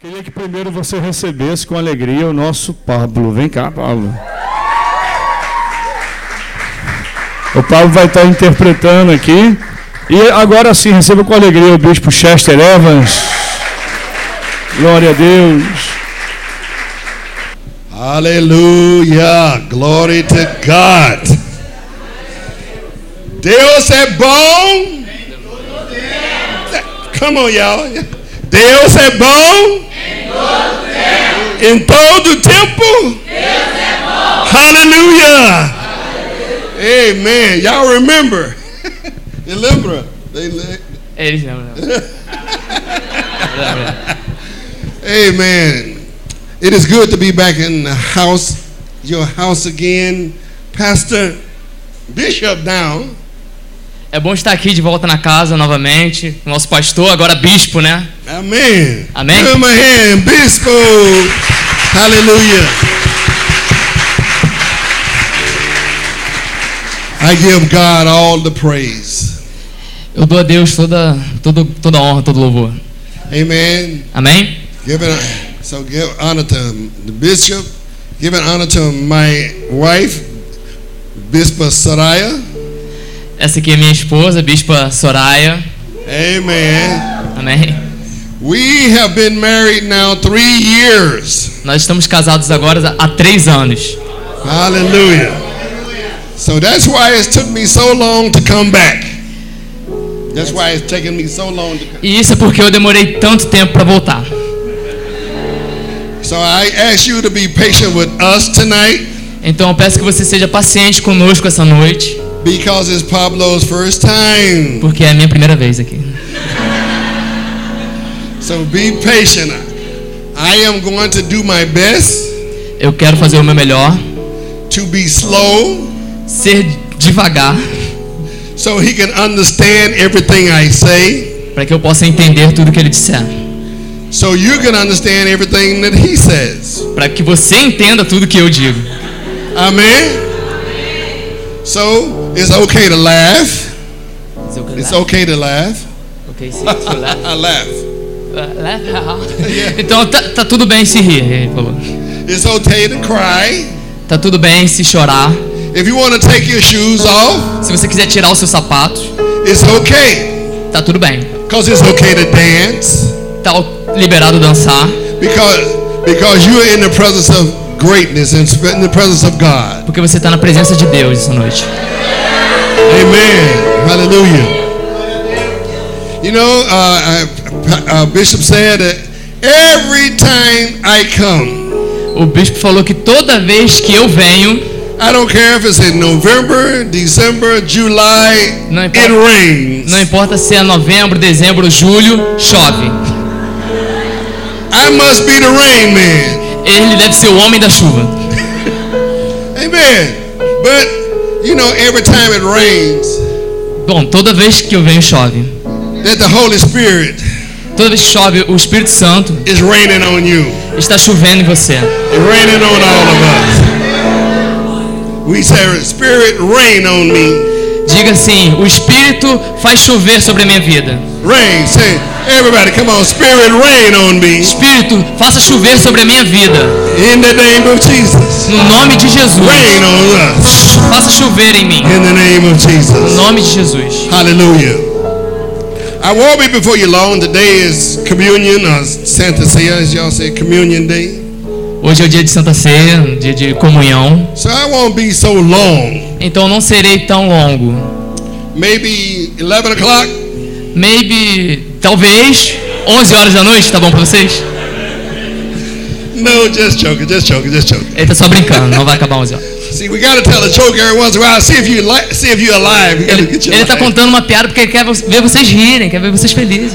Queria que primeiro você recebesse com alegria o nosso Pablo. Vem cá, Pablo. O Pablo vai estar interpretando aqui. E agora sim, receba com alegria o bispo Chester Evans. Glória a Deus. Aleluia! Glory to God! Deus é bom! Come on, y'all! Deus é bom! Em todo tempo! Hallelujah! Amen! Y'all remember? You remember? They, É Eles né? não, não. Amen. It is good to be back in the house, your house again. Pastor Bishop down. É bom estar aqui de volta na casa novamente. Nosso pastor, agora bispo, né? Amen. Amen. Give him a hand, Bispo. Hallelujah. I give God all the praise. Eu dou a Deus toda, todo, toda a honra, todo o louvor. Amen. Amém? Give it so give honor to the bishop. Give an honor to my wife, Bispo Saraya. Essa aqui é minha esposa, bispa Soraya. Amen. Amém? We have been married now three years. Nós estamos casados agora há três anos. Hallelujah. So that's why it took me so long to come back. That's why it's taken me so long to come. E isso é porque eu demorei tanto tempo para voltar. So I ask you to be patient with us tonight Então eu peço que você seja paciente conosco essa noite, because it's Pablo's first time. porque é a minha primeira vez aqui. So be patient. I am going to do my best Eu quero fazer o meu melhor, to be slow ser devagar, so he can understand everything I say, para que eu possa entender tudo que ele disser. so you can understand everything that he says. Para que você entenda tudo que eu digo. Amen. So it's okay to laugh. It's okay to laugh. Ok, sim, I laugh. Então tá, tá tudo bem se rir, ele falou. It's okay to cry. Tá tudo bem se chorar. If you want to take your shoes off, Se você quiser tirar os seus sapatos, it's okay. tá tudo bem. Cause it's okay to dance. Tá liberado dançar, Because because you are in the presence of greatness and in the presence of God. porque você tá na presença de Deus essa noite. Amen. Hallelujah. You know, uh, I, uh, Bishop said that every time I come, O bispo falou que toda vez que eu venho, I don't care if it's in November, December, July, não it importa, rains. não importa se é novembro, dezembro, julho, chove. I must be the rain man. Ele deve ser o homem da chuva. Amen. But you know, every time it rains, Bom, toda vez que eu venho chove. that the Holy Spirit Toda vez que chove, o Espírito Santo is raining on you, está chovendo em você. It's raining on all of us. We say, Spirit, rain on me. Diga assim: o Espírito faz chover sobre a minha vida. Rain. Say, everybody, come on, Spirit, rain on me. Espírito, faça chover sobre a minha vida. In the name of Jesus, No nome de Jesus. rain on us. Faça chover em mim. In the name of No Jesus. nome de Jesus. Hallelujah. I won't be before you long. Today is communion or Santa Cena, as y'all say, communion day. Hoje é o dia de Santa Ceia, um dia de comunhão. So I won't be so long. Então não serei tão longo. Maybe 11 o'clock. Maybe, talvez, 11 horas da noite, tá bom pra vocês? No, just joking, just joking, just joking. Ele tá só brincando, não vai acabar 11 horas. See, we gotta tell a joke every once in a while. See if you li- see if you're alive. We gotta Ele, get you ele tá alive. contando uma piada porque ele quer vo- ver vocês rirem, quer ver vocês felizes.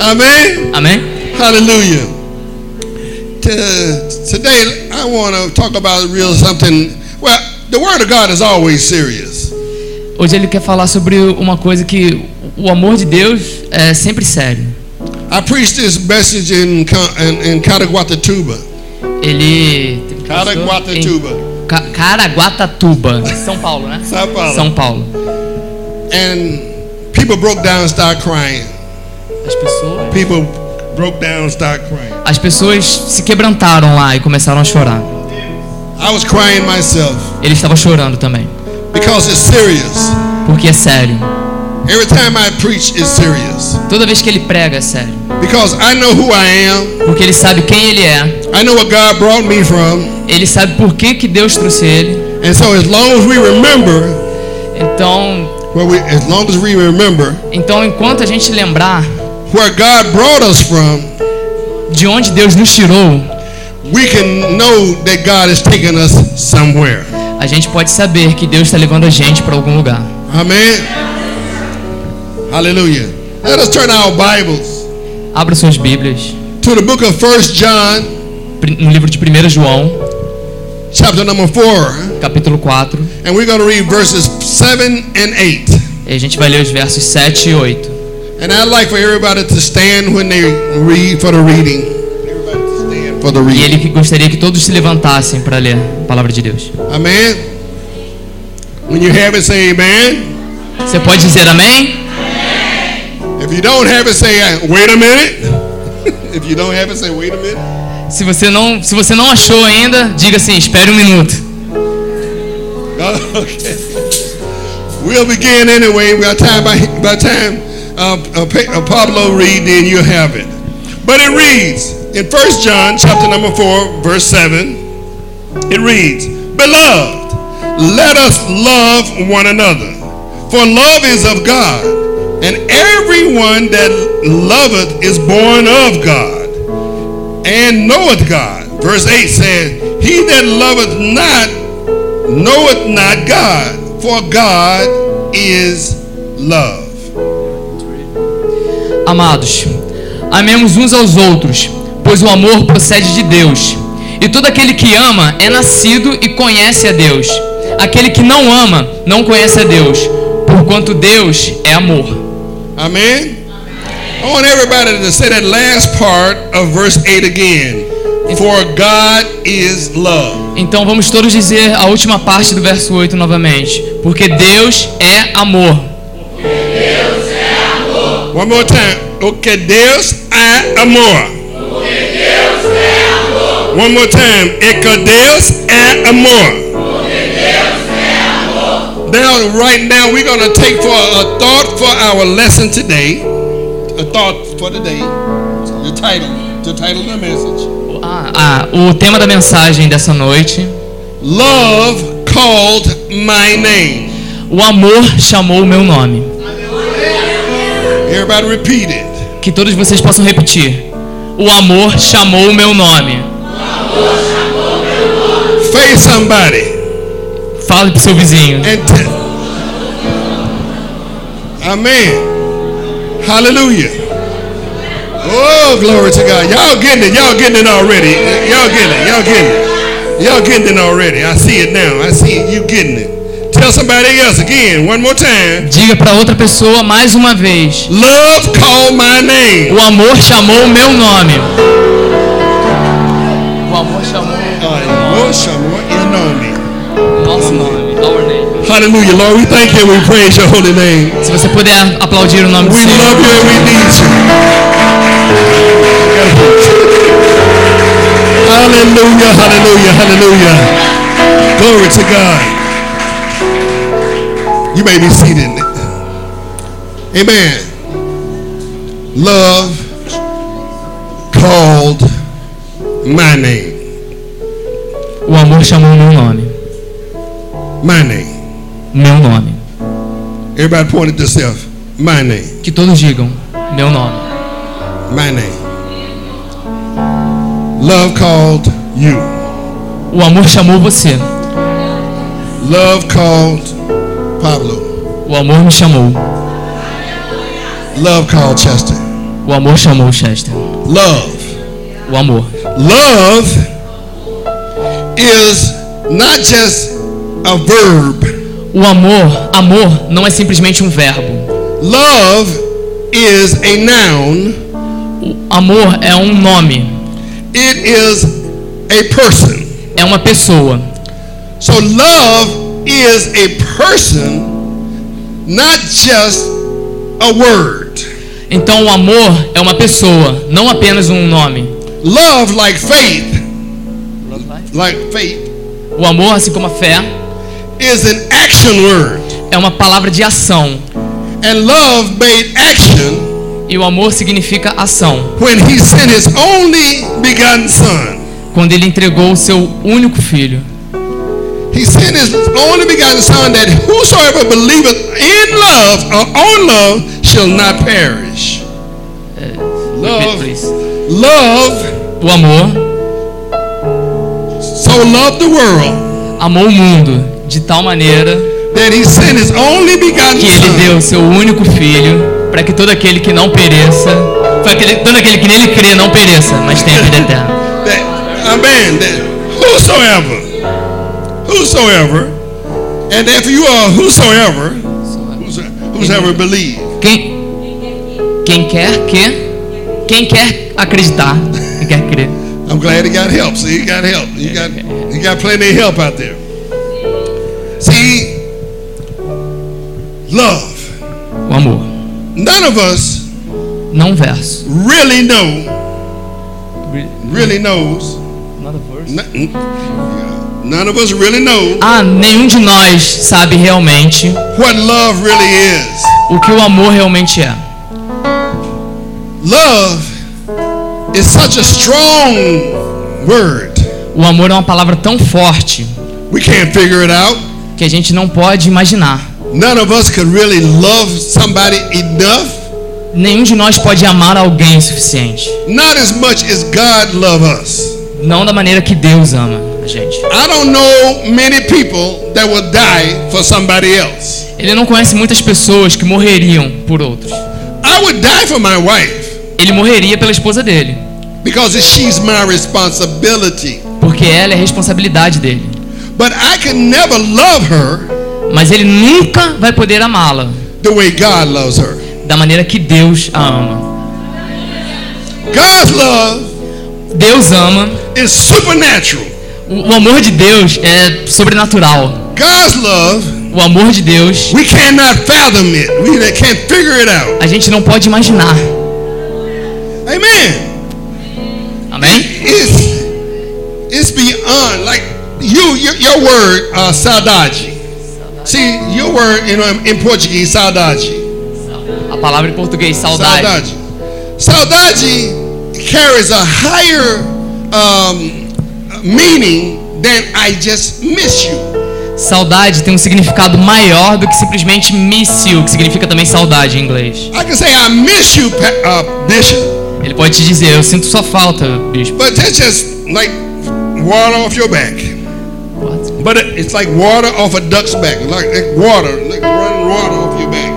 Amen. Amém? Hallelujah. T- today, I want to talk about real something. Well, the word of God is always serious. Hoje ele quer falar sobre uma coisa que o amor de Deus é sempre sério. I preached this message in Ca- in, in Cataguatatuba. Ele. teve pastor Cataguatatuba. em Ca- Caraguatatuba. São Paulo, né? Sao Paulo. São Paulo. And people broke down and started crying. As pessoas. People broke down and started crying. As pessoas se quebrantaram lá e começaram a chorar. I was crying myself Ele estava chorando também, because it's serious. porque é sério. Every time I preach, it's serious. Toda vez que ele prega é sério, Because I know who I am. porque ele sabe quem ele é, I know what God brought me from. ele sabe por que, que Deus trouxe ele. And so as long as we remember, Então, where we, as long as we remember então enquanto a gente lembrar where God brought us from, de onde Deus nos tirou, we can know that God has taken us somewhere. a gente pode saber que Deus está levando a gente para algum lugar. Amen. Hallelujah. Let us turn our Bibles Abra suas Bíblias to the book of First John, pri- no livro de 1 João, chapter number 4, capítulo 4, and we're going to read verses 7 and 8. e a gente vai ler os versos 7 e 8. And I'd like for everybody to stand when they read for the reading. Everybody to stand for the E reading. ele que gostaria que todos se levantassem para ler a palavra de Deus. Amen. When you have it, say amen. Você pode dizer amém? If you don't have it, say wait a minute. if you don't have it, say wait a minute. Se você não, se você não achou ainda, diga assim, espere um minuto. Okay. We'll begin anyway. By the time by, by the time uh, uh, Pa- uh, Pablo read, then you'll have it. But it reads in First John chapter number four, verse seven. It reads, "Beloved, let us love one another, for love is of God, and everyone that loveth is born of God." and knoweth God. Verse 8 says, He that loveth not knoweth not God, for God is love. Amados, amemos uns aos outros, pois o amor procede de Deus. E todo aquele que ama é nascido e conhece a Deus. Aquele que não ama não conhece a Deus, porquanto Deus é amor. Amen. I want everybody to say that last part of verse 8 again. For God is love. Então vamos todos dizer a última parte do verso 8 novamente, porque Deus é amor. One more time. O que Deus é amor. One more time. O que Deus é amor. Now, right now, we're going to take for a thought for our lesson today. A thought for today. The title. The title of the message. Ah, ah, o tema da mensagem dessa noite, Love called my name. o amor chamou o meu nome. Everybody repeat it. Que todos vocês possam repetir. O amor chamou o meu nome. Face somebody. Fale pro seu vizinho. and t- Amen. Hallelujah. Oh, glory to God. Y'all getting it. Y'all getting it already. Y'all getting it. Y'all getting it. Y'all getting it already. I see it now. I see it. You getting it. Tell somebody else again, one more time. Diga pra outra pessoa mais uma vez. Love called my name. O amor chamou o meu nome. O amor chamou o nosso nome. Our name. Hallelujah, Lord. We thank you. We praise your holy name. Se você puder aplaudir o nome do We love Senhor. you and we need you. Hallelujah, hallelujah, hallelujah. Glory to God. You may be seated. Amen. Love called my name. O amor chamou o meu nome. My name. Meu nome. Everybody point at yourself. My name. Que todos digam. Meu nome. My name. Love called you. O amor chamou você. Love called Pablo. O amor me chamou. Love called Chester. O amor chamou o Chester. Love. O amor. Love is not just a verb. O amor, amor não é simplesmente um verbo. Love is a noun. O amor é um nome, It is a person. é uma pessoa. So love is a person, not just a word. Então o amor é uma pessoa, não apenas um nome. Love, like faith, like faith, O amor, assim como a fé, is an action word. é uma palavra de ação. And love made action E o amor significa ação. when he sent his only begotten son. Quando ele entregou o seu único filho. He sent his only begotten son that whosoever believeth in love or on love shall not perish. Uh, Repeat, please. Love, O amor so loved the world amou o mundo de tal maneira that he sent his only begotten que ele son. deu o seu único filho para que todo aquele que não pereça, para que todo aquele que nele crê não pereça, mas tenha vida eterna. that a man that whosoever whosoever and if you are whosoever whosoever, whosoever believe Quem, quem quer que, quem quer acreditar, quem quer crer. I'm glad he got help see he got help he got he got plenty of help out there see love O amor. none of us Não um verso. really know really knows Not a verse. n- none of us really know Ah, nenhum de nós sabe realmente what love really is o que o amor realmente é. Love is such a strong word. O amor é uma palavra tão forte We can't figure it out. que a gente não pode imaginar. None of us could really love somebody enough. Nenhum de nós pode amar alguém o suficiente. Not as much as God love us. Não da maneira que Deus ama a gente. I don't know many people that will die for somebody else. Ele não conhece muitas pessoas que morreriam por outros. I would die for my wife Ele morreria pela esposa dele, because she's my responsibility. porque ela é a responsabilidade dele. But I can never love her Mas ele nunca vai poder amá-la the way God loves her. da maneira que Deus a ama. God's love Deus ama. is supernatural. O o amor de Deus é sobrenatural. God's love O amor de Deus We cannot fathom it. We can't figure it out. a gente não pode imaginar. Amen. Amém? It's it's beyond like you your, your word uh, saudade. See your word in um, in Portuguese saudade. A palavra em português, saudade. Saudade. Saudade carries a higher um, meaning than I just miss you. Saudade tem um significado maior do que simplesmente miss you, que significa também saudade em inglês. I can say I miss you, Pa- uh, Bishop, Ele pode te dizer, eu sinto sua falta, bispo. but that's just like water off your back. But it- it's like water off a duck's back, like, like water, like running water off your back.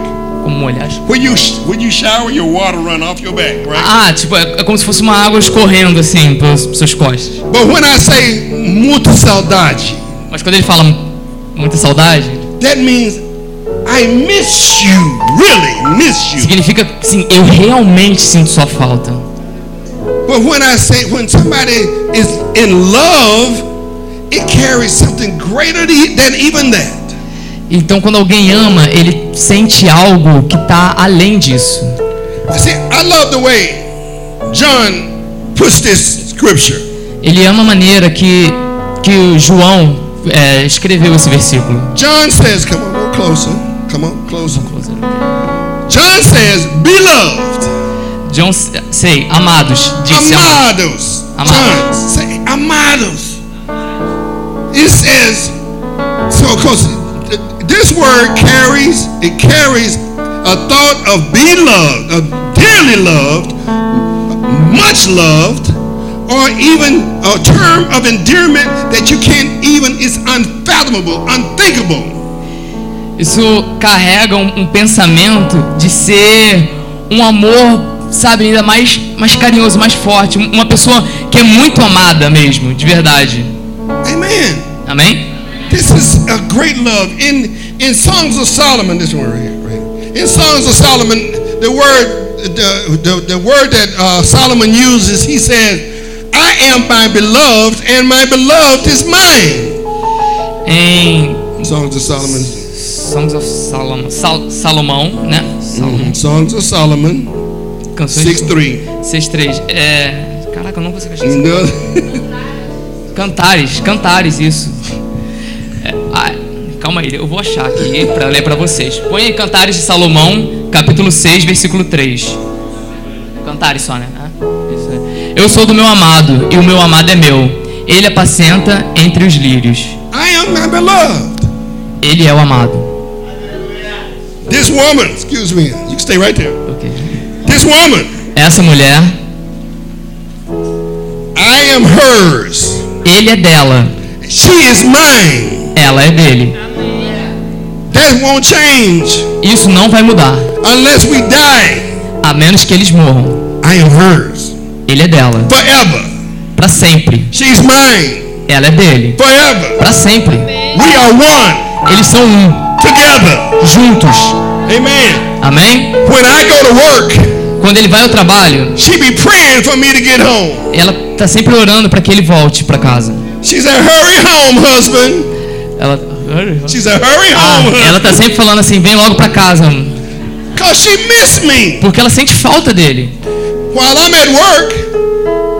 Como um molhar? When you sh- when you shower, your water run off your back, right? Ah, tipo, é, é como se fosse uma água escorrendo assim pelas suas costas. But when I say muita saudade, Mas quando ele fala muita saudade, that means I miss you, really miss you. significa sim, eu realmente sinto sua falta. But when I say when somebody is in love, it carries something greater to- than even that. Então quando alguém ama, ele sente algo que tá além disso. See, I love the way John puts this scripture. Ele ama a maneira que que o João é, escreveu esse versículo. John says, come on, go closer. Come on, closer. John says, beloved, John, sei, amados, disse amado. amados. Amados. John, say, amados. It says, so because this word carries, it carries a thought of beloved, of dearly loved, much loved, or even a term of endearment that you can't even, it's unfathomable, unthinkable. Isso carrega um, um pensamento de ser um amor, sabe, ainda mais, mais carinhoso, mais forte. um- Uma pessoa que é muito amada mesmo, de verdade. Amen. Amém? This is a great love. In in Songs of Solomon, this one right here, right here. In Songs of Solomon, the word the the, the word that uh, Solomon uses, he says, "I am my beloved, and my beloved is mine." Em Songs of Solomon. Songs of Salom, Sal- Salomão, né? Salomão. Songs of Solomon. Canções. 6-3. 6-3. É. Caraca, eu não consigo achar isso. Entendeu? Cantares, cantares, isso. É, ah, calma aí, eu vou achar aqui pra ler pra vocês. Põe aí Cantares de Salomão, capítulo 6, versículo 3. Cantares só, né? Ah, isso aí. Eu sou do meu amado, e o meu amado é meu. Ele apacenta entre os lírios. I am my beloved. Ele é o amado. This woman, excuse me, you can stay right there. Ok. This woman, Essa mulher, I am hers. ele é dela, She is mine. ela é dele. That won't change Isso não vai mudar, unless we die. a menos que eles morram. I am hers Ele é dela, forever. Pra sempre. She's mine Ela é dele, forever. Pra sempre. We are one Eles são um, together. juntos. Amen. Amém? When I go to work, Quando ele vai ao trabalho, she be praying for me to get home. ela tá sempre orando pra que ele volte pra casa. She said, "Hurry home, husband." Ela She said, "Hurry Ah, home, ela tá husband," sempre falando assim, vem logo pra casa, cause she missed me porque ela sente falta dele. while I'm at work.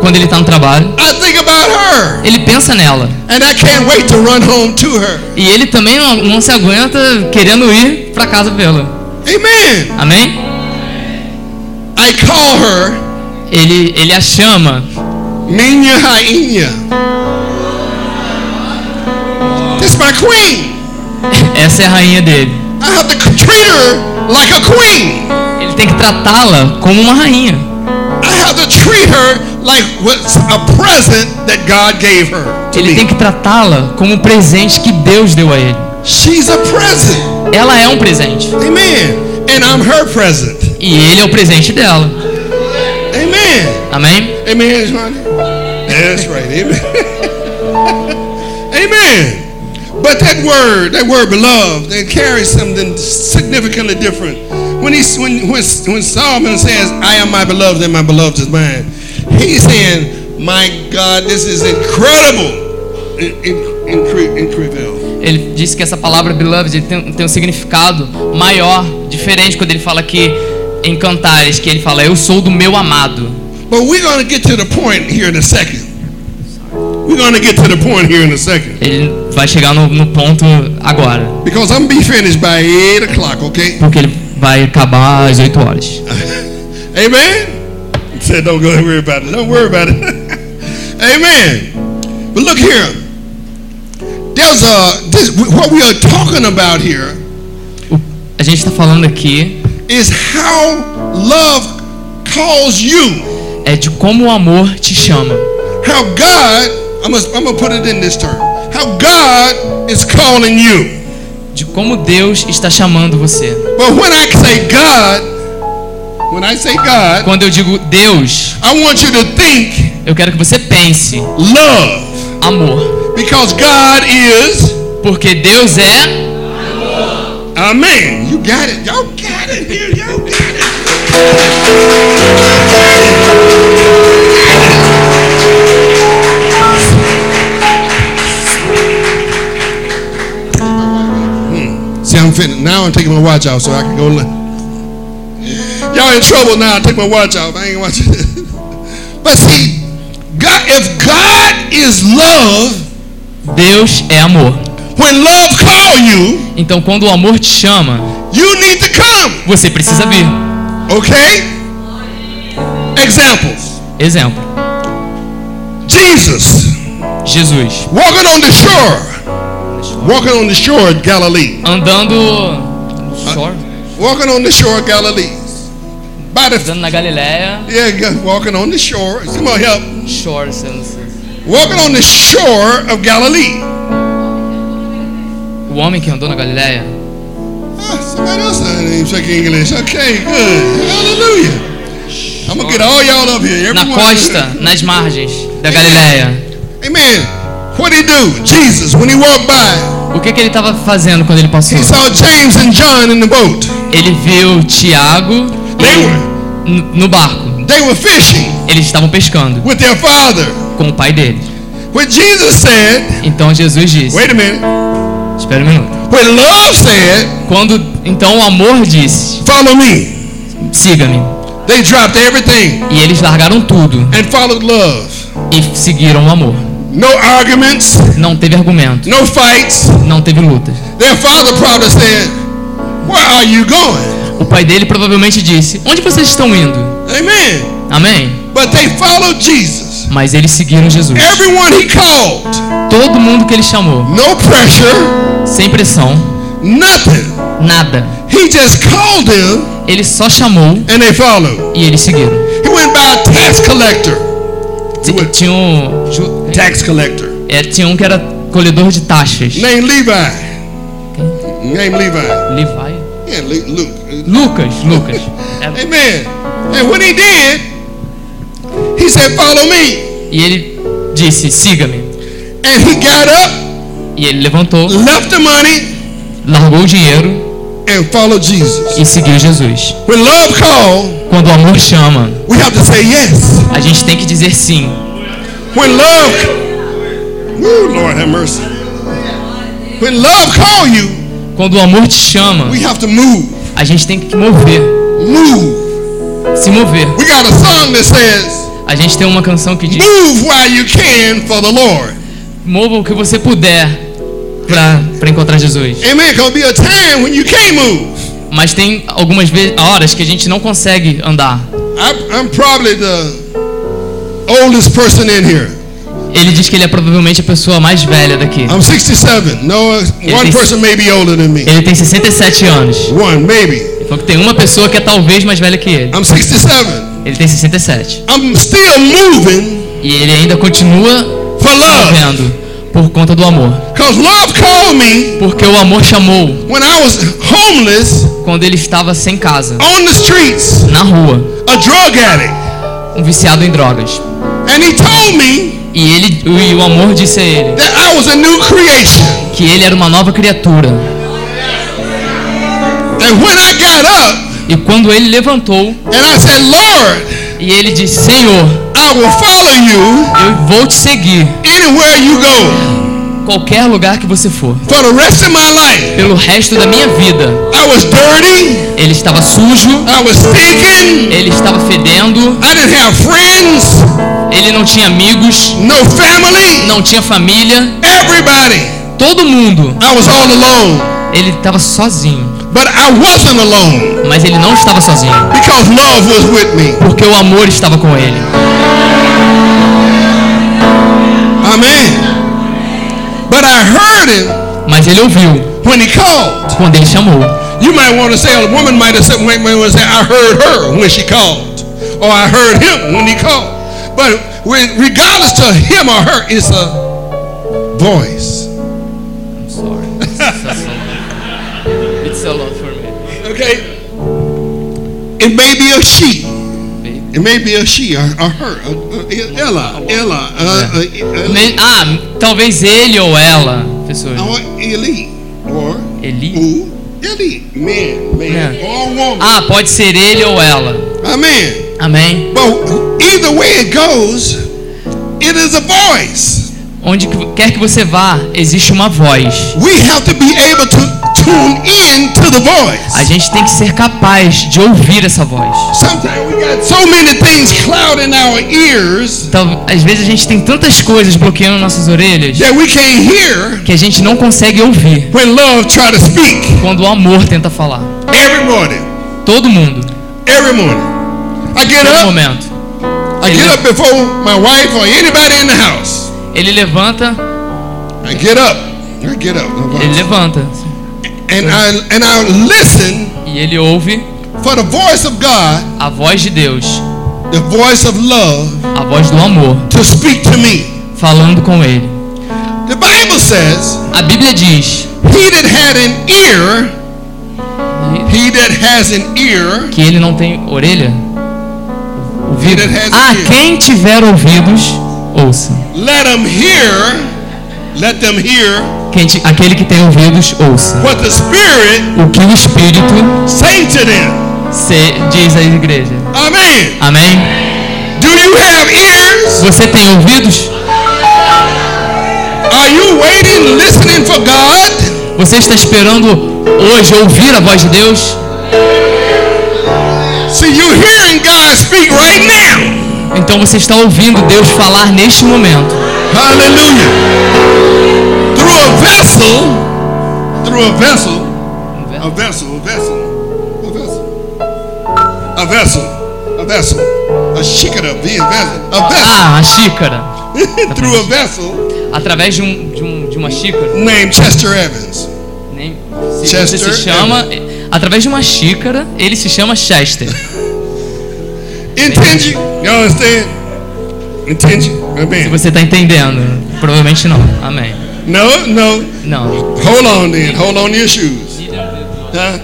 Quando ele tá no trabalho, I think about her, ele pensa nela. and I can't wait to run home to her. E ele também não, não se aguenta querendo ir pra casa vê-la. Amen. Amém? I call her Ele, ele a chama. Minya Hainya. This is my queen. Essa é a rainha dele. I have to treat her like a queen. Ele tem que tratá-la como uma rainha. I have to treat her like what's a present that God gave her to Ele tem me. que tratá-la como um presente que Deus deu a ele. She's a present. Ela é um presente. Amen. And I'm her present. E ele é o presente dela. Amen. Amém? Amen, Johnny. That's right. Amen. Amen. But that word, that word beloved, it carries something significantly different. When he when when, when Solomon says, I am my beloved and my beloved is mine, he's saying, My God, this is incredible. In, in, incre- incredible. Ele disse que essa palavra beloved ele tem, tem um significado maior, diferente quando ele fala aqui em Cantares, que ele fala, eu sou do meu amado. But we're going to get to the point here in a second. We're going to get to the point here in a second. Ele vai chegar no, no ponto agora, Because I'm going to be finished by 8 o'clock, okay? porque ele vai acabar às 8 horas. Amen? He said, don't go worry about it. Don't worry about it. Amen. But look here. There's a, this, what we are talking about here O- A gente está falando aqui is how love calls you. é de como o amor te chama. How God, I'm going to put it in this term. How God is calling you. De como Deus está chamando você. But when I say God, when I say God, Quando eu digo Deus, I want you to think eu quero que você pense love. amor. Because God is Porque Deus é. Amen. You got it. Y'all got it here. Y'all got it. Hmm. See, I'm finished. Now I'm taking my watch out so I can go look. Y'all in trouble now. Take my watch out. I ain't watching this. But see, God, if God is love, Deus é amor. when love call you, Então quando o amor te chama, you need to come. você precisa vir. Okay? Examples. Exemplo: Jesus Jesus walking on the shore. Walking on the shore of Galilee. andando. Shore? Walking on the shore of Galilee. By the Andando na Galileia. yeah, yeah, walking on the shore. Come on, help. Shore, se eu não sei. Walking on the shore of Galilee. O homem que andou na Galileia. Ah, somebody else that ain't speak English. Okay, good. Hallelujah. I'm gonna get all y'all up here. Na Everyone. costa, nas margens da Galileia. Amen. What did he do? Jesus, when he walked by, O que, que ele estava fazendo quando ele passou? he saw James and John in the boat. Ele viu Tiago Lembra? no, no barco. They were fishing. Eles estavam pescando with their father. com o pai dele. When Jesus said, Então Jesus disse: wait a minute, Espera um minuto. when love said, Quando então o amor disse: follow me, Siga-me. They dropped everything E eles largaram tudo and followed love. e seguiram o amor. No arguments, Não teve argumento, no fights. não teve lutas. Their father probably said, Where are you going? O pai dele provavelmente disse: Onde vocês estão indo? Amen. Amém? But they followed Jesus. Mas eles seguiram Jesus. Everyone he called, Todo mundo que ele chamou, no pressure, sem pressão, nothing. nada. He just called them Ele só chamou and they followed. e eles seguiram. He went by a tax collector. T- Ué. Tinha um, ju- Tax collector. é, tinha um que era colhedor de taxas. Named Levi. Named Levi. Levi? Yeah, Le- Luke. Lucas, Lucas. É, Amen. And when he did, he said, Follow me. E ele disse: Siga-me. And he got up, E ele levantou, left the money, largou o dinheiro and followed Jesus. e seguiu Jesus. When love calls, Quando o amor chama, we have to say yes. a gente tem que dizer sim. When love, woo, Lord have mercy. When love call you, Quando o amor te chama, we have to move, a gente tem que mover, move. se mover. We got a song that says, A gente tem uma canção que diz: "Move while you can for the Lord." Mova o que você puder pra, pra encontrar Jesus. Amen. Gonna be a time when you can't move. Mas tem algumas vezes, horas que a gente não consegue andar. I, I'm probably the oldest person in here. Ele diz que ele é provavelmente a pessoa mais velha daqui. I'm 67. No, one person may be older than me. Ele tem 67 anos. One, maybe. Ele falou que tem uma pessoa que é talvez mais velha que ele. I'm 67. Ele tem 67. I'm still moving E ele ainda continua for love. vivendo por conta do amor. Because love called me Porque o amor chamou when I was homeless quando ele estava sem casa, on the streets, na rua, a drug addict. um viciado em drogas. And he told me E ele e o amor disse a ele that I was a new creation. que ele era uma nova criatura. That when I got up E quando ele levantou and I said, Lord, e ele disse: "Senhor, I will follow you eu vou te seguir anywhere you go qualquer lugar que você for, for the rest of my life. pelo resto da minha vida". I was dirty. Ele estava sujo, I was stinking. ele estava fedendo, I didn't have friends, ele não tinha amigos, no family, não tinha família, everybody. todo mundo. I was all alone. Ele estava sozinho, But I wasn't alone mas ele não estava sozinho, because love was with me. porque o amor estava com ele. Amen. But I heard him Mas ele ouviu when he called. quando ele chamou. You might want to say, a woman might have said, might want to say, I heard her when she called, or I heard him when he called. But when- regardless to him or her, it's a voice. Okay? It may be a she. It may be a she or, or her. Uh, uh, Ella, Ella, uh, uh, Me- Ah, talvez ele ou ela, pessoas. uh, or Eli, or Eli. who? Eli, man, man, Yeah. or woman. Ah, pode ser ele ou ela. Amen. Amém. But either way it goes, it is a voice. Onde que- quer que você vá, existe uma voz. We have to be able to tune in to the A voice. gente tem que ser capaz de ouvir essa voz. Sometimes we got so many things clouding our ears Então, às vezes a gente tem tantas coisas bloqueando nossas orelhas that we can't hear que a gente não consegue ouvir when love try to speak. quando o amor tenta falar. Every morning, Todo mundo, every morning, I get todo up. momento. I get up before my wife or anybody in the house. Ele levanta, I get up. I get up. ele levanta. And I and I listen E ele ouve for the voice of God, a voz de Deus, the voice of love, a voz do amor, to speak to me. falando com ele. The Bible says, A Bíblia diz He that had an ear, he that has an ear, que ele não tem orelha. Ouvido. He that has Ah, ear. quem tiver ouvidos, ouça. let him hear, let them hear Quem ti- aquele que tem ouvidos, ouça. what the Spirit O que o Espírito say to them. se diz à igreja. Amen. Amém? Do you have ears? Você tem ouvidos? Are you waiting, listening for God? Você está esperando hoje ouvir a voz de Deus? See, you hearing God speak right now. Então você está ouvindo Deus falar neste momento. Hallelujah. Through a vessel, through a vessel, a vessel, a vessel, a vessel, a vessel, a vessel, a xícara, be a vessel, a vessel, Ah, a xícara. through a vessel Através de, um, de, um- de uma xícara. named Chester Evans. Nem, se Chester você se chama. é, Através de uma xícara, ele se chama Chester. Intention, you understand? Intention, amen. Você está entendendo? Provavelmente não. Amém. No, no, Não. Hold on then. Hold on to your shoes. Huh?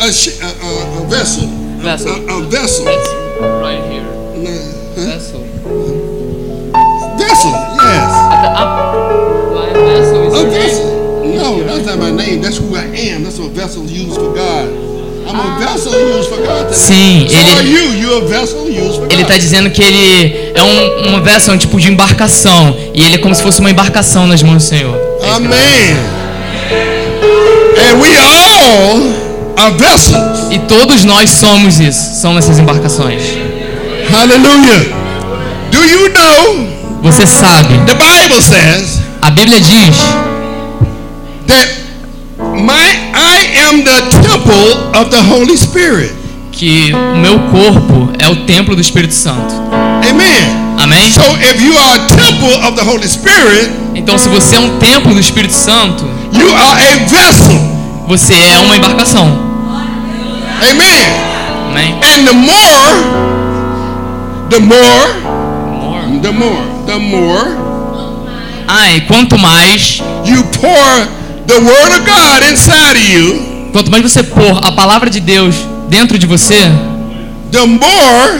A, sh- a, a, a vessel. Vessel. A, a vessel. um Right here. Nah, Vessel. huh? Vessel. Yes. A vessel. No, that's not my name. That's who I am. That's what vessel used for God. I'm a vessel used for God. today. Sim, So are ele you? You're a vessel used for ele God. está dizendo que ele é um, uma vessel, é um tipo de embarcação e ele é como se fosse uma embarcação nas mãos do Senhor. É isso que ele- Amen. And we all are vessels. E todos nós somos isso, somos essas embarcações. Hallelujah. Do you know Você sabe? the Bible says A Bíblia diz that my I am the temple of the Holy Spirit. que o meu corpo é o templo do Espírito Santo. Amen. Amém? So if you are a temple of the Holy Spirit, Então, se você é um templo do Espírito Santo, you are a vessel. você é uma embarcação. Amen. Amém? And the more, the more, the more, the more Ai, Ah, quanto mais, you pour the word of God inside of you, quanto mais você pôr a palavra de Deus dentro de você, the more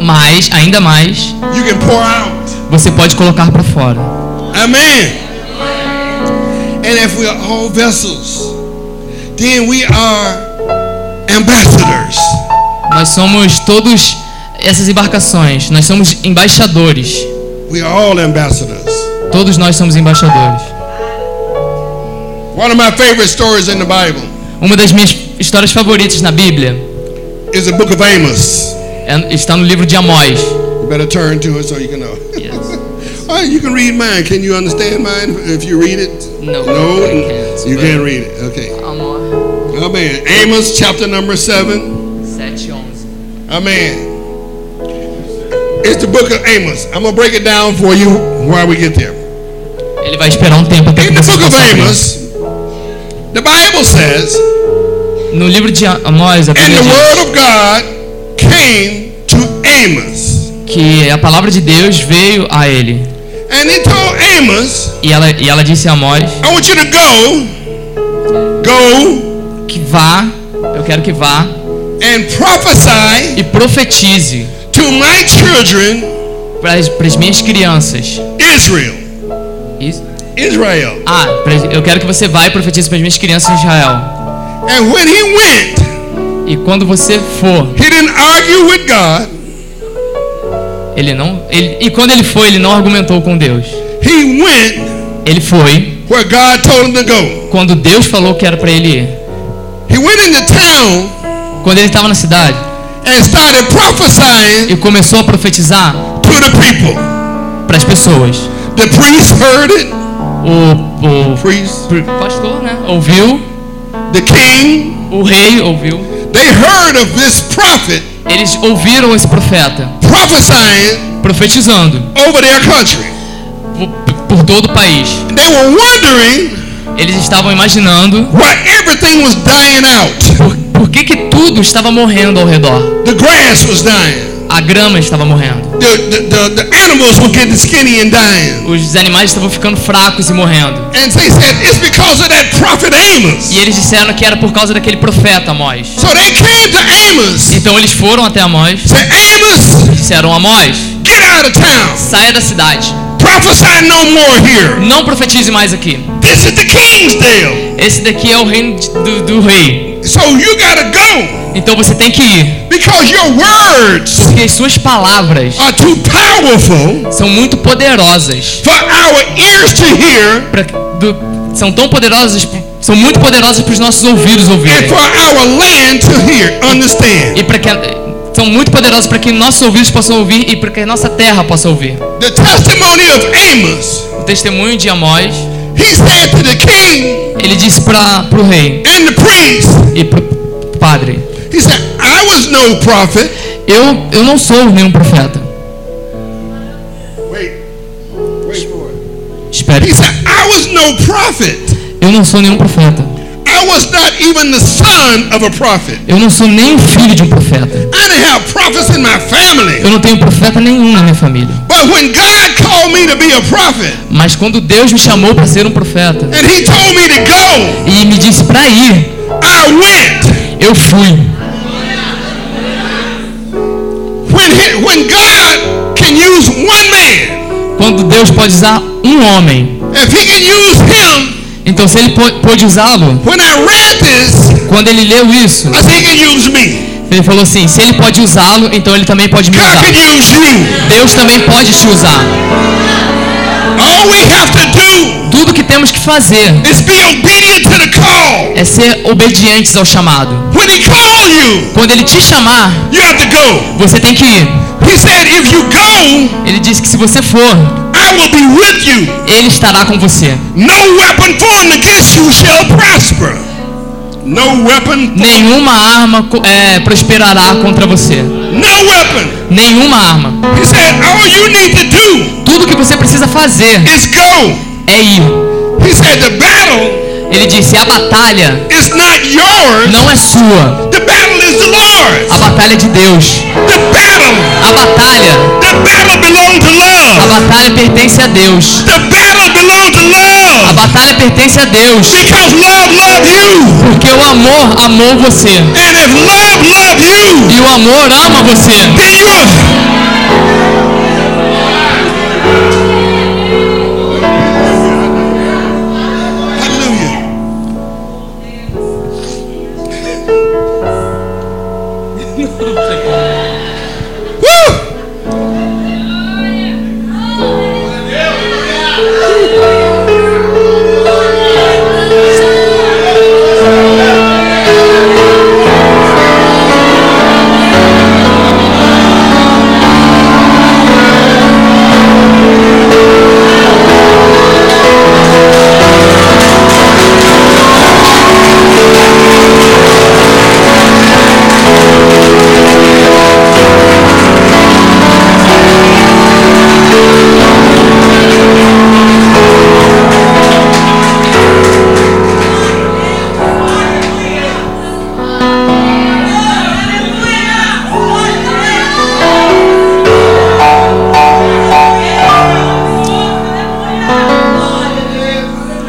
mais, ainda mais, you can pour out. você pode colocar para fora. Amen. And if we are all vessels, then we are ambassadors. Nós somos todos essas embarcações, nós somos embaixadores. We are all ambassadors. Todos nós somos embaixadores. One of my favorite stories in the Bible Uma das minhas histórias favoritas na Bíblia is the book of Amos. é- está no livro de Amós. You better turn to it so you can know. Yes. All right, you can read mine. Can you understand mine if you read it? No, No, I can't, you but- can't read it. Okay. Amós Amen. Amos chapter number seven. 7, 11. Amen. It's the book of Amos. I'm gonna break it down for you while we get there. Ele vai esperar um tempo até In que the você book of possa abrir. Amos, the Bible says, No livro de Amós, a and Bíblia the diz word of God came to Amos. que a palavra de Deus veio a ele. And he told Amos, E ela, e ela disse a Amós I want you to go, go que vá, eu quero que vá and prophesy e profetize to my children, para as minhas crianças. Israel. Isso. Israel. Ah, pras- eu quero que você vá e profetize para as minhas crianças em Israel. And when he went, E quando você for, he didn't argue with God. ele não. Ele, e quando ele foi, ele não argumentou com Deus. He went Ele foi where God told him to go. quando Deus falou que era para ele ir. He went into town Quando ele estava na cidade and started prophesying e começou a profetizar to the people. para as pessoas. The priest heard it. O, o Priest, pr- pastor, né? Ouviu, the king, o rei ouviu. they heard of this prophet Eles ouviram esse profeta prophesying profetizando over their country. por, por todo o país. They were wondering Eles estavam imaginando why everything was dying out. por, por que, que tudo estava morrendo ao redor. The grass was dying. A grama estava morrendo. The, the, the, the animals were getting skinny and dying. os animais estavam ficando fracos e morrendo. And they said, it's because of that prophet E Amos. eles disseram que era por causa daquele profeta Amós. So they came to Amos. Então eles foram até Amós Said, Amos, disseram: Amós, get out of town. saia da cidade. Prophesy no more here. Não profetize mais aqui. This is the king's deal. Esse daqui é o reino de- do, do rei. So you gotta go Então você tem que ir. because your words Porque as suas palavras are too powerful são muito poderosas. for our ears to hear Pra, do- são tão poderosas, são muito poderosas para os nossos ouvidos and ouvirem. for our land to hear. Understand. E para que são muito poderosos para que nossos ouvidos possam ouvir e para que nossa terra possa ouvir. The testimony of Amos, O testemunho de Amós, he said to the king ele disse para o rei and the priest, e para padre: he said, I was no prophet. eu, eu não sou nenhum profeta. Wait, wait for it. Espere. He said, I was no prophet. Eu não sou nenhum profeta. I was not even the son of a prophet. Eu não sou nem filho de um profeta. I didn't have prophets in my family. Eu não tenho profeta nenhum na minha família. But when God called me to be a prophet, Mas quando Deus me chamou para ser um profeta and he told me to go, e me disse para ir, I went. eu fui. When, he, when God can use one man, Quando Deus pode usar um homem, if he can use him, então se ele pô- pôde usá-lo, when I read this, quando ele leu isso, I said he can use me. ele falou assim: se ele pode usá-lo, então ele também pode me God usar. can use you. Deus também pode te usar. All we have to do Tudo que temos que fazer is be obedient to the call. é ser obedientes ao chamado. When he called you, Quando ele te chamar, you have to go. você tem que ir. He said, if you go, Ele disse que se você for, I will be with you. ele estará com você. No weapon formed against you shall prosper. No weapon, Nenhuma arma co- é, prosperará contra você. no weapon. Nenhuma arma. He said, all you need to do Tudo que você precisa fazer is go. é ir. He said, the battle Ele disse: a batalha is not yours. não é sua, The battle is the a Lord's. batalha é de Deus. The battle, A batalha, the battle belongs to a love. batalha pertence a Deus. The battle belongs to A love. batalha pertence a Deus. Because love loved you. Porque o amor amou você. And if love loved you, E o amor ama você. then you are... Hallelujah. Woo!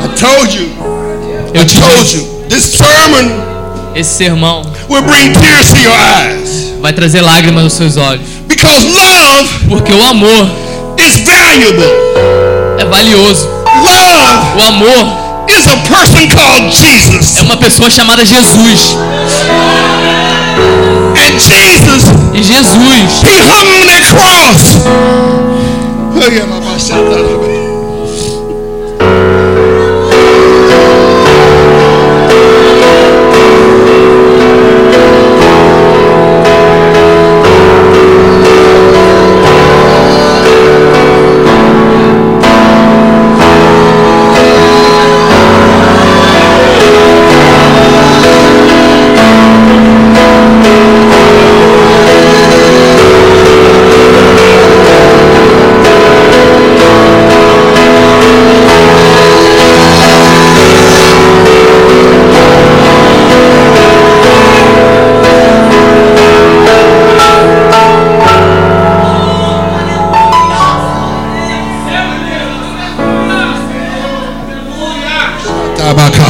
I told you, Eu te told disse, you, this sermon esse sermão will bring tears to your eyes vai trazer lágrimas aos seus olhos. because love Porque o amor is valuable. é valioso. Love O amor is a person called Jesus, é uma pessoa chamada Jesus. and Jesus, E Jesus, He hung on that cross. Oh, yeah, my- my shot, that little bit.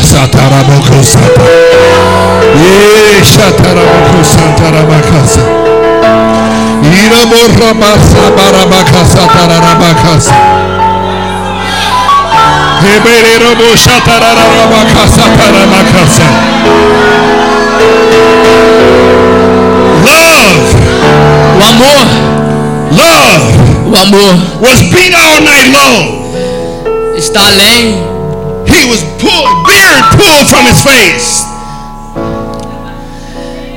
Tabakasatarabokusata. Yeshatarabokusantarabakasa. Iramoramasabaramakasatararakasa. Hebererobosatararabakasatararakasa. Love, o amor, love o amor was beat all night long. está além. He was pulled, beard pulled from his face.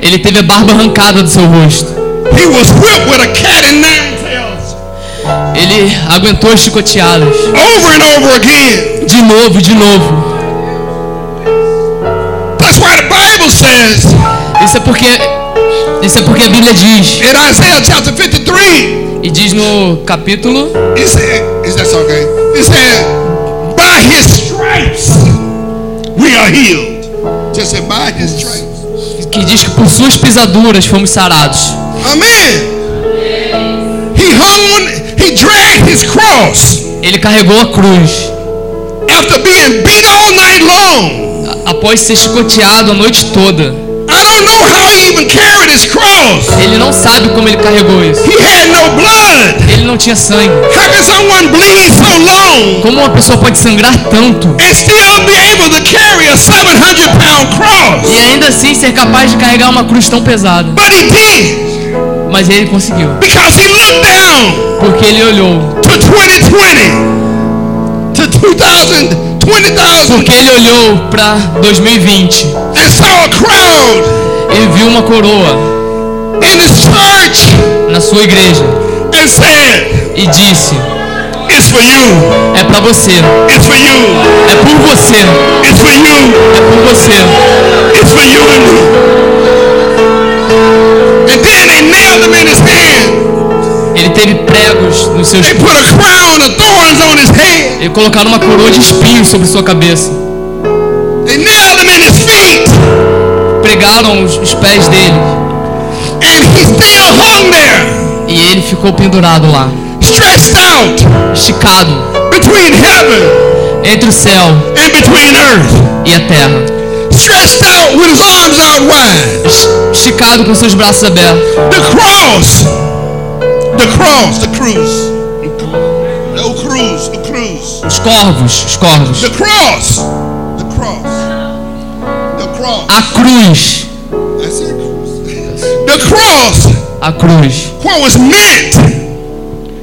Ele teve a barba arrancada do seu rosto. He He was whipped with a cat and nine tails Ele aguentou as chicoteadas. over and over again. De novo, de novo. That's why the Bible says Isso é porque. Isso é porque a Bíblia diz. in Isaiah chapter 53, E diz no capítulo. it said, is that okay? It said, by his stripes we are healed. Just said, by his stripes. Que diz que por suas pisaduras fomos sarados. Amen. He hung on, he dragged his cross Ele carregou a cruz. after being beat all night long. a- Após ser chicoteado a noite toda. I don't know how he even carried his cross. Ele não sabe como ele carregou isso. He had no blood. Ele não tinha sangue. How can someone bleeding so long Como uma pessoa pode sangrar tanto and still be able to carry a 700 pound e cross? ainda assim ser capaz de carregar uma cruz tão pesada? But he did Mas ele conseguiu, because he looked down porque ele olhou. to 2020 to 2000, 20,000 Porque ele olhou para 2020 and saw a crowd e viu uma coroa in his church na sua igreja and said, e disse: It's for you, É pra você, it's for you, é por você, it's for you, é por você. it's for you and me. And then they nailed him in his hand. Ele teve pregos nos seus They put a crown of thorns on his head. Ele colocaram uma coroa de espinhos sobre sua cabeça. They nailed him in his feet, Pregaram os, os pés dele and he still hung there, e ele ficou pendurado lá, stretched out esticado between heaven entre o céu and between earth, e a terra, stretched out with his arms out wide. es- esticado com seus braços abertos. The cross, the cross, the cruise, the old cruise, the cruise, Os corvos, os corvos. the cross, the cross, the cross. A cruz, I said cruise. The cross, a cruz what was meant,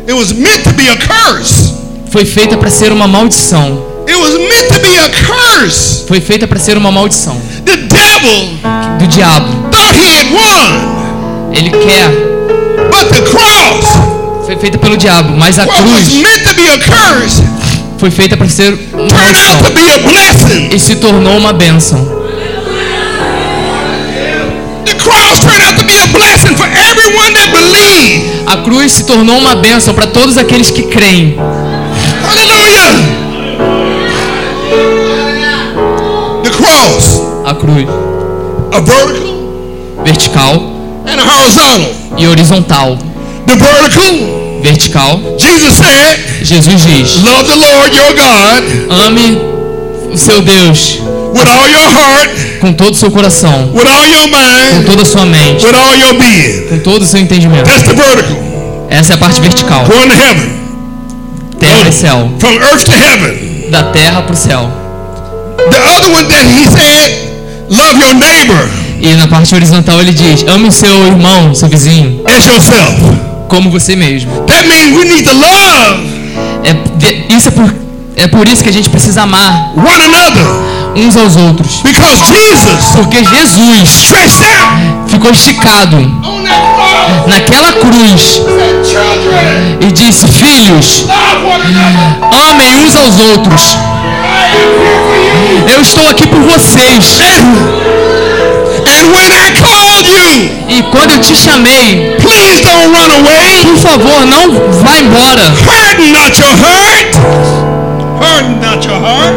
it was meant to be a curse. foi feita para ser uma maldição. It was meant to be a curse. Foi feita para ser uma maldição The devil do diabo. thought he had won, Ele quer, but the cross, foi feita pelo diabo, mas a what was cruz meant to be a curse, foi feita para ser uma turned out to maldição be a blessing. e se tornou uma bênção. The cross turned out to be a blessing for everyone that believed. A cruz se tornou uma bênção para todos aqueles que creem. Hallelujah. The cross, A cruz a vertical vertical and a horizontal. e horizontal. The vertical, Vertical, Jesus said, Jesus diz: love the Lord your God ame o seu Deus with all your heart, com todo o seu coração, with all your com mind, toda a sua mente, with all your being. com todo o seu entendimento. That's the vertical. Essa é a parte vertical, Going to heaven. terra e céu, From earth to heaven. da terra para o céu. The other one that he said, love your neighbor E na parte horizontal ele diz: ame o seu irmão, seu vizinho, as yourself. como você mesmo. That means we need to love É, de- isso é por, é por isso que a gente precisa amar one another. uns aos outros. Because Jesus Porque Jesus stretched out ficou esticado on that cross. naquela He cruz said, Children, e disse: Filhos, love one another. amem uns aos outros. I am here for you. Eu estou aqui por vocês. And when I called you, E quando eu te chamei, please don't run away. por favor, não vá embora. Harden not your heart. Harden not your heart.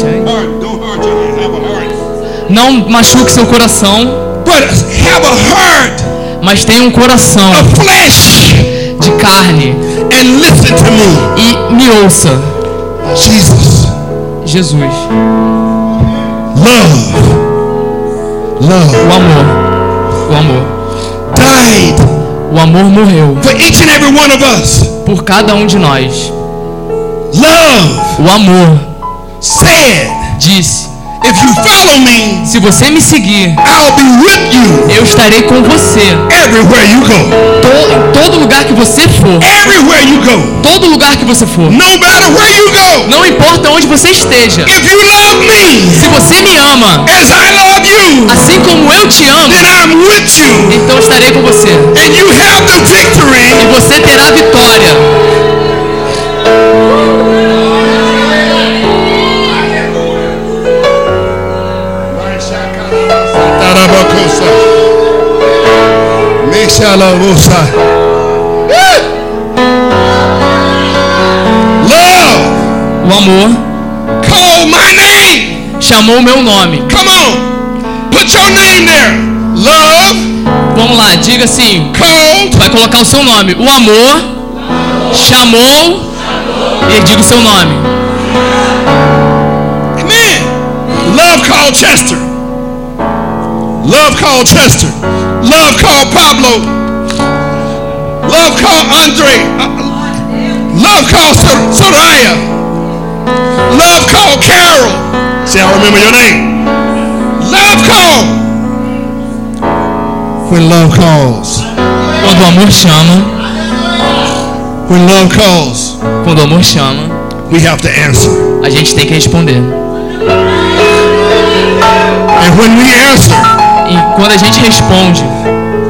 Harden, don't hurt your heart. Have a heart. Não machuque seu coração, but have a heart mas tenha um coração of flesh de carne and listen to me. e me ouça. Jesus, Jesus, love, o love, amor, o amor. died O amor morreu for each and every one of us. por cada um de nós. Love O amor said, disse: If you follow me, Se você me seguir, I'll be with you eu estarei com você. everywhere you go. To- em todo lugar que você for. Everywhere you go. Todo lugar que você for. No matter where you go. Não importa onde você esteja. If you love me Se você me ama, as I love you, assim como eu te amo, then I'm with you então estarei com você. and you have the E victory. você terá a vitória. Tarabakosa. Meshalabosa. Ah! Love, O amor call my name. chamou o meu nome. Come on, put your name there. Love, Vamos lá, diga assim. called Vai colocar o seu nome. O amor chamou e diga o seu nome. Amen. Love called Chester. Love called Chester. Love called Pablo. Love called Andre. Uh, Love called Sor- Soraya. Love called Carol. See, I remember your name. Love called. When love calls. Quando o amor chama, When love calls, quando o amor chama, we have to answer. a gente tem que responder. And when we answer, E quando a gente responde,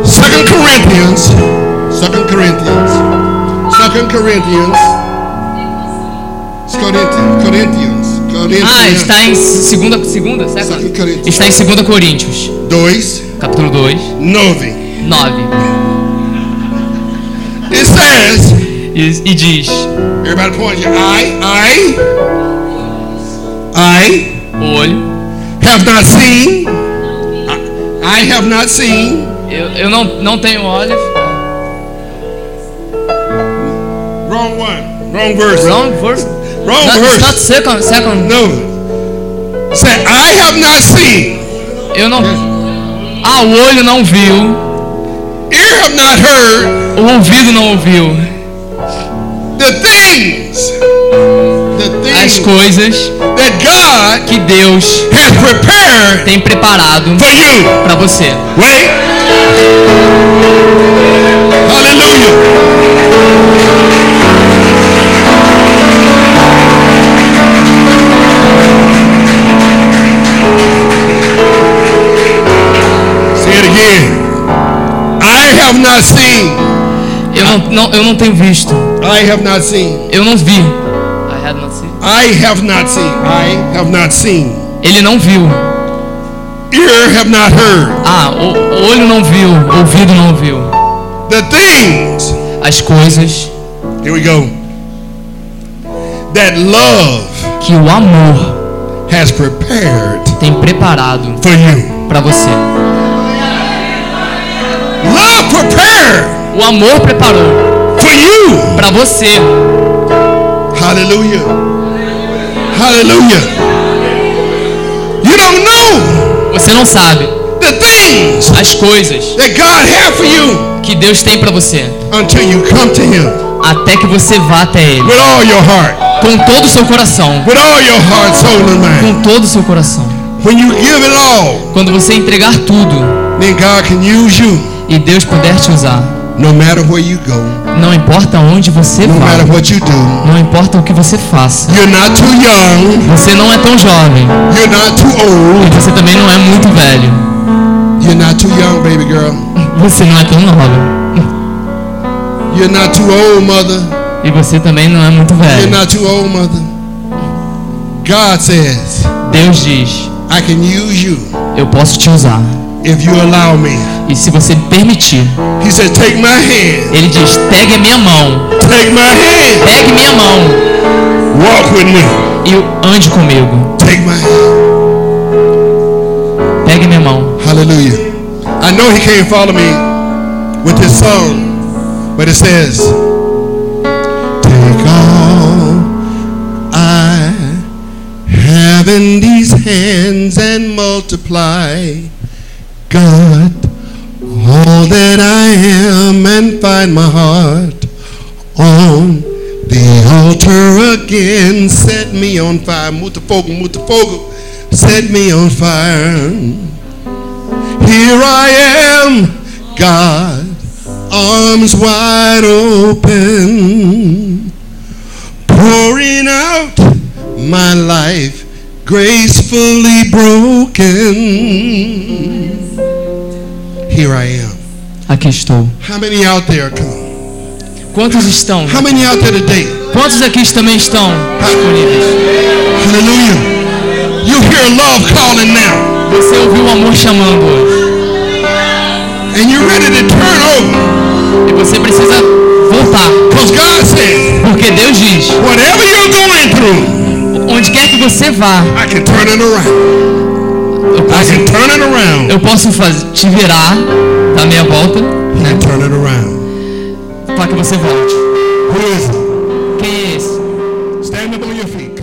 Second Corinthians, Second Corinthians, Second Corinthians, Corinthians, Corinthians, ah, Corinthians, está em segunda, segunda, certo? Second Corinthians. Está em 2 Coríntios, 2, capítulo 2, 9. 9. It says, E, e diz: everybody point your eye, I, I O olho, have not seen, I, I have not seen, eu, eu não, não tenho olho. wrong one, wrong verse, Wrong verse. wrong Not, it's not verse, second, second. no. Say, I have not seen, Eu não. Ah, o olho não viu, ear have not heard, o ouvido não ouviu the things, the as things coisas that God que Deus has prepared tem preparado for you. pra você. Wait. Hallelujah. Say it again. I have not seen. Eu não, não- eu não tenho visto, I have not seen. eu não vi. I had not seen. I have not seen. I have not seen. Ele não viu. ear have not heard Ah, o, o olho não viu, o ouvido não ouviu the things as coisas here we go that love que o amor has prepared tem preparado for you pra você. love prepared O amor preparou for you pra você. hallelujah hallelujah you don't know Você não sabe the things as coisas that god had for you que Deus tem pra você until you come to him até que você vá até ele with all your heart com todo o seu coração, with all your heart soul and mind com todo o seu coração. when you give it all Quando você entregar tudo then god can use you e Deus puder te usar, no matter where you go não importa onde você no vá, matter what you do não importa o que você faça. You're not too young. Você não é tão jovem You're not too e old. você também não é muito velho. You're not too young, baby girl. Você não é tão nova You're not too old, mother. e você também não é muito You're velho. not too old, mother. God says, Deus diz: I can use you Eu posso te usar. if you allow me. E se você permitir, He said, Take my hand. ele diz: Pegue a minha mão, Take my hand. pegue minha mão Walk with me. e ande comigo. Take my hand. Pegue minha mão. Hallelujah. I know he can't follow me with this song, but it says, Take all I have in these hands and multiply, God, all that I am, and find my heart on the altar again. Set me on fire. Muta fogo, muta fogo. set me on fire. Here I am, God, arms wide open, pouring out my life gracefully broken. Here I am. Aqui estou. How many out there come? Quantos estão? How many out there today? Quantos aqui também estão disponíveis? Hallelujah. You hear love calling now, Você ouviu o amor chamando hoje. and you're ready to turn over. E você precisa voltar. Because God says, Porque Deus diz: whatever you're going through, onde quer que você vá, I can turn it around. eu I posso, can turn it around. eu posso faz- te virar da minha volta He can turn it around. para que você volte. Who is it? Quem é esse? Stand up on your feet.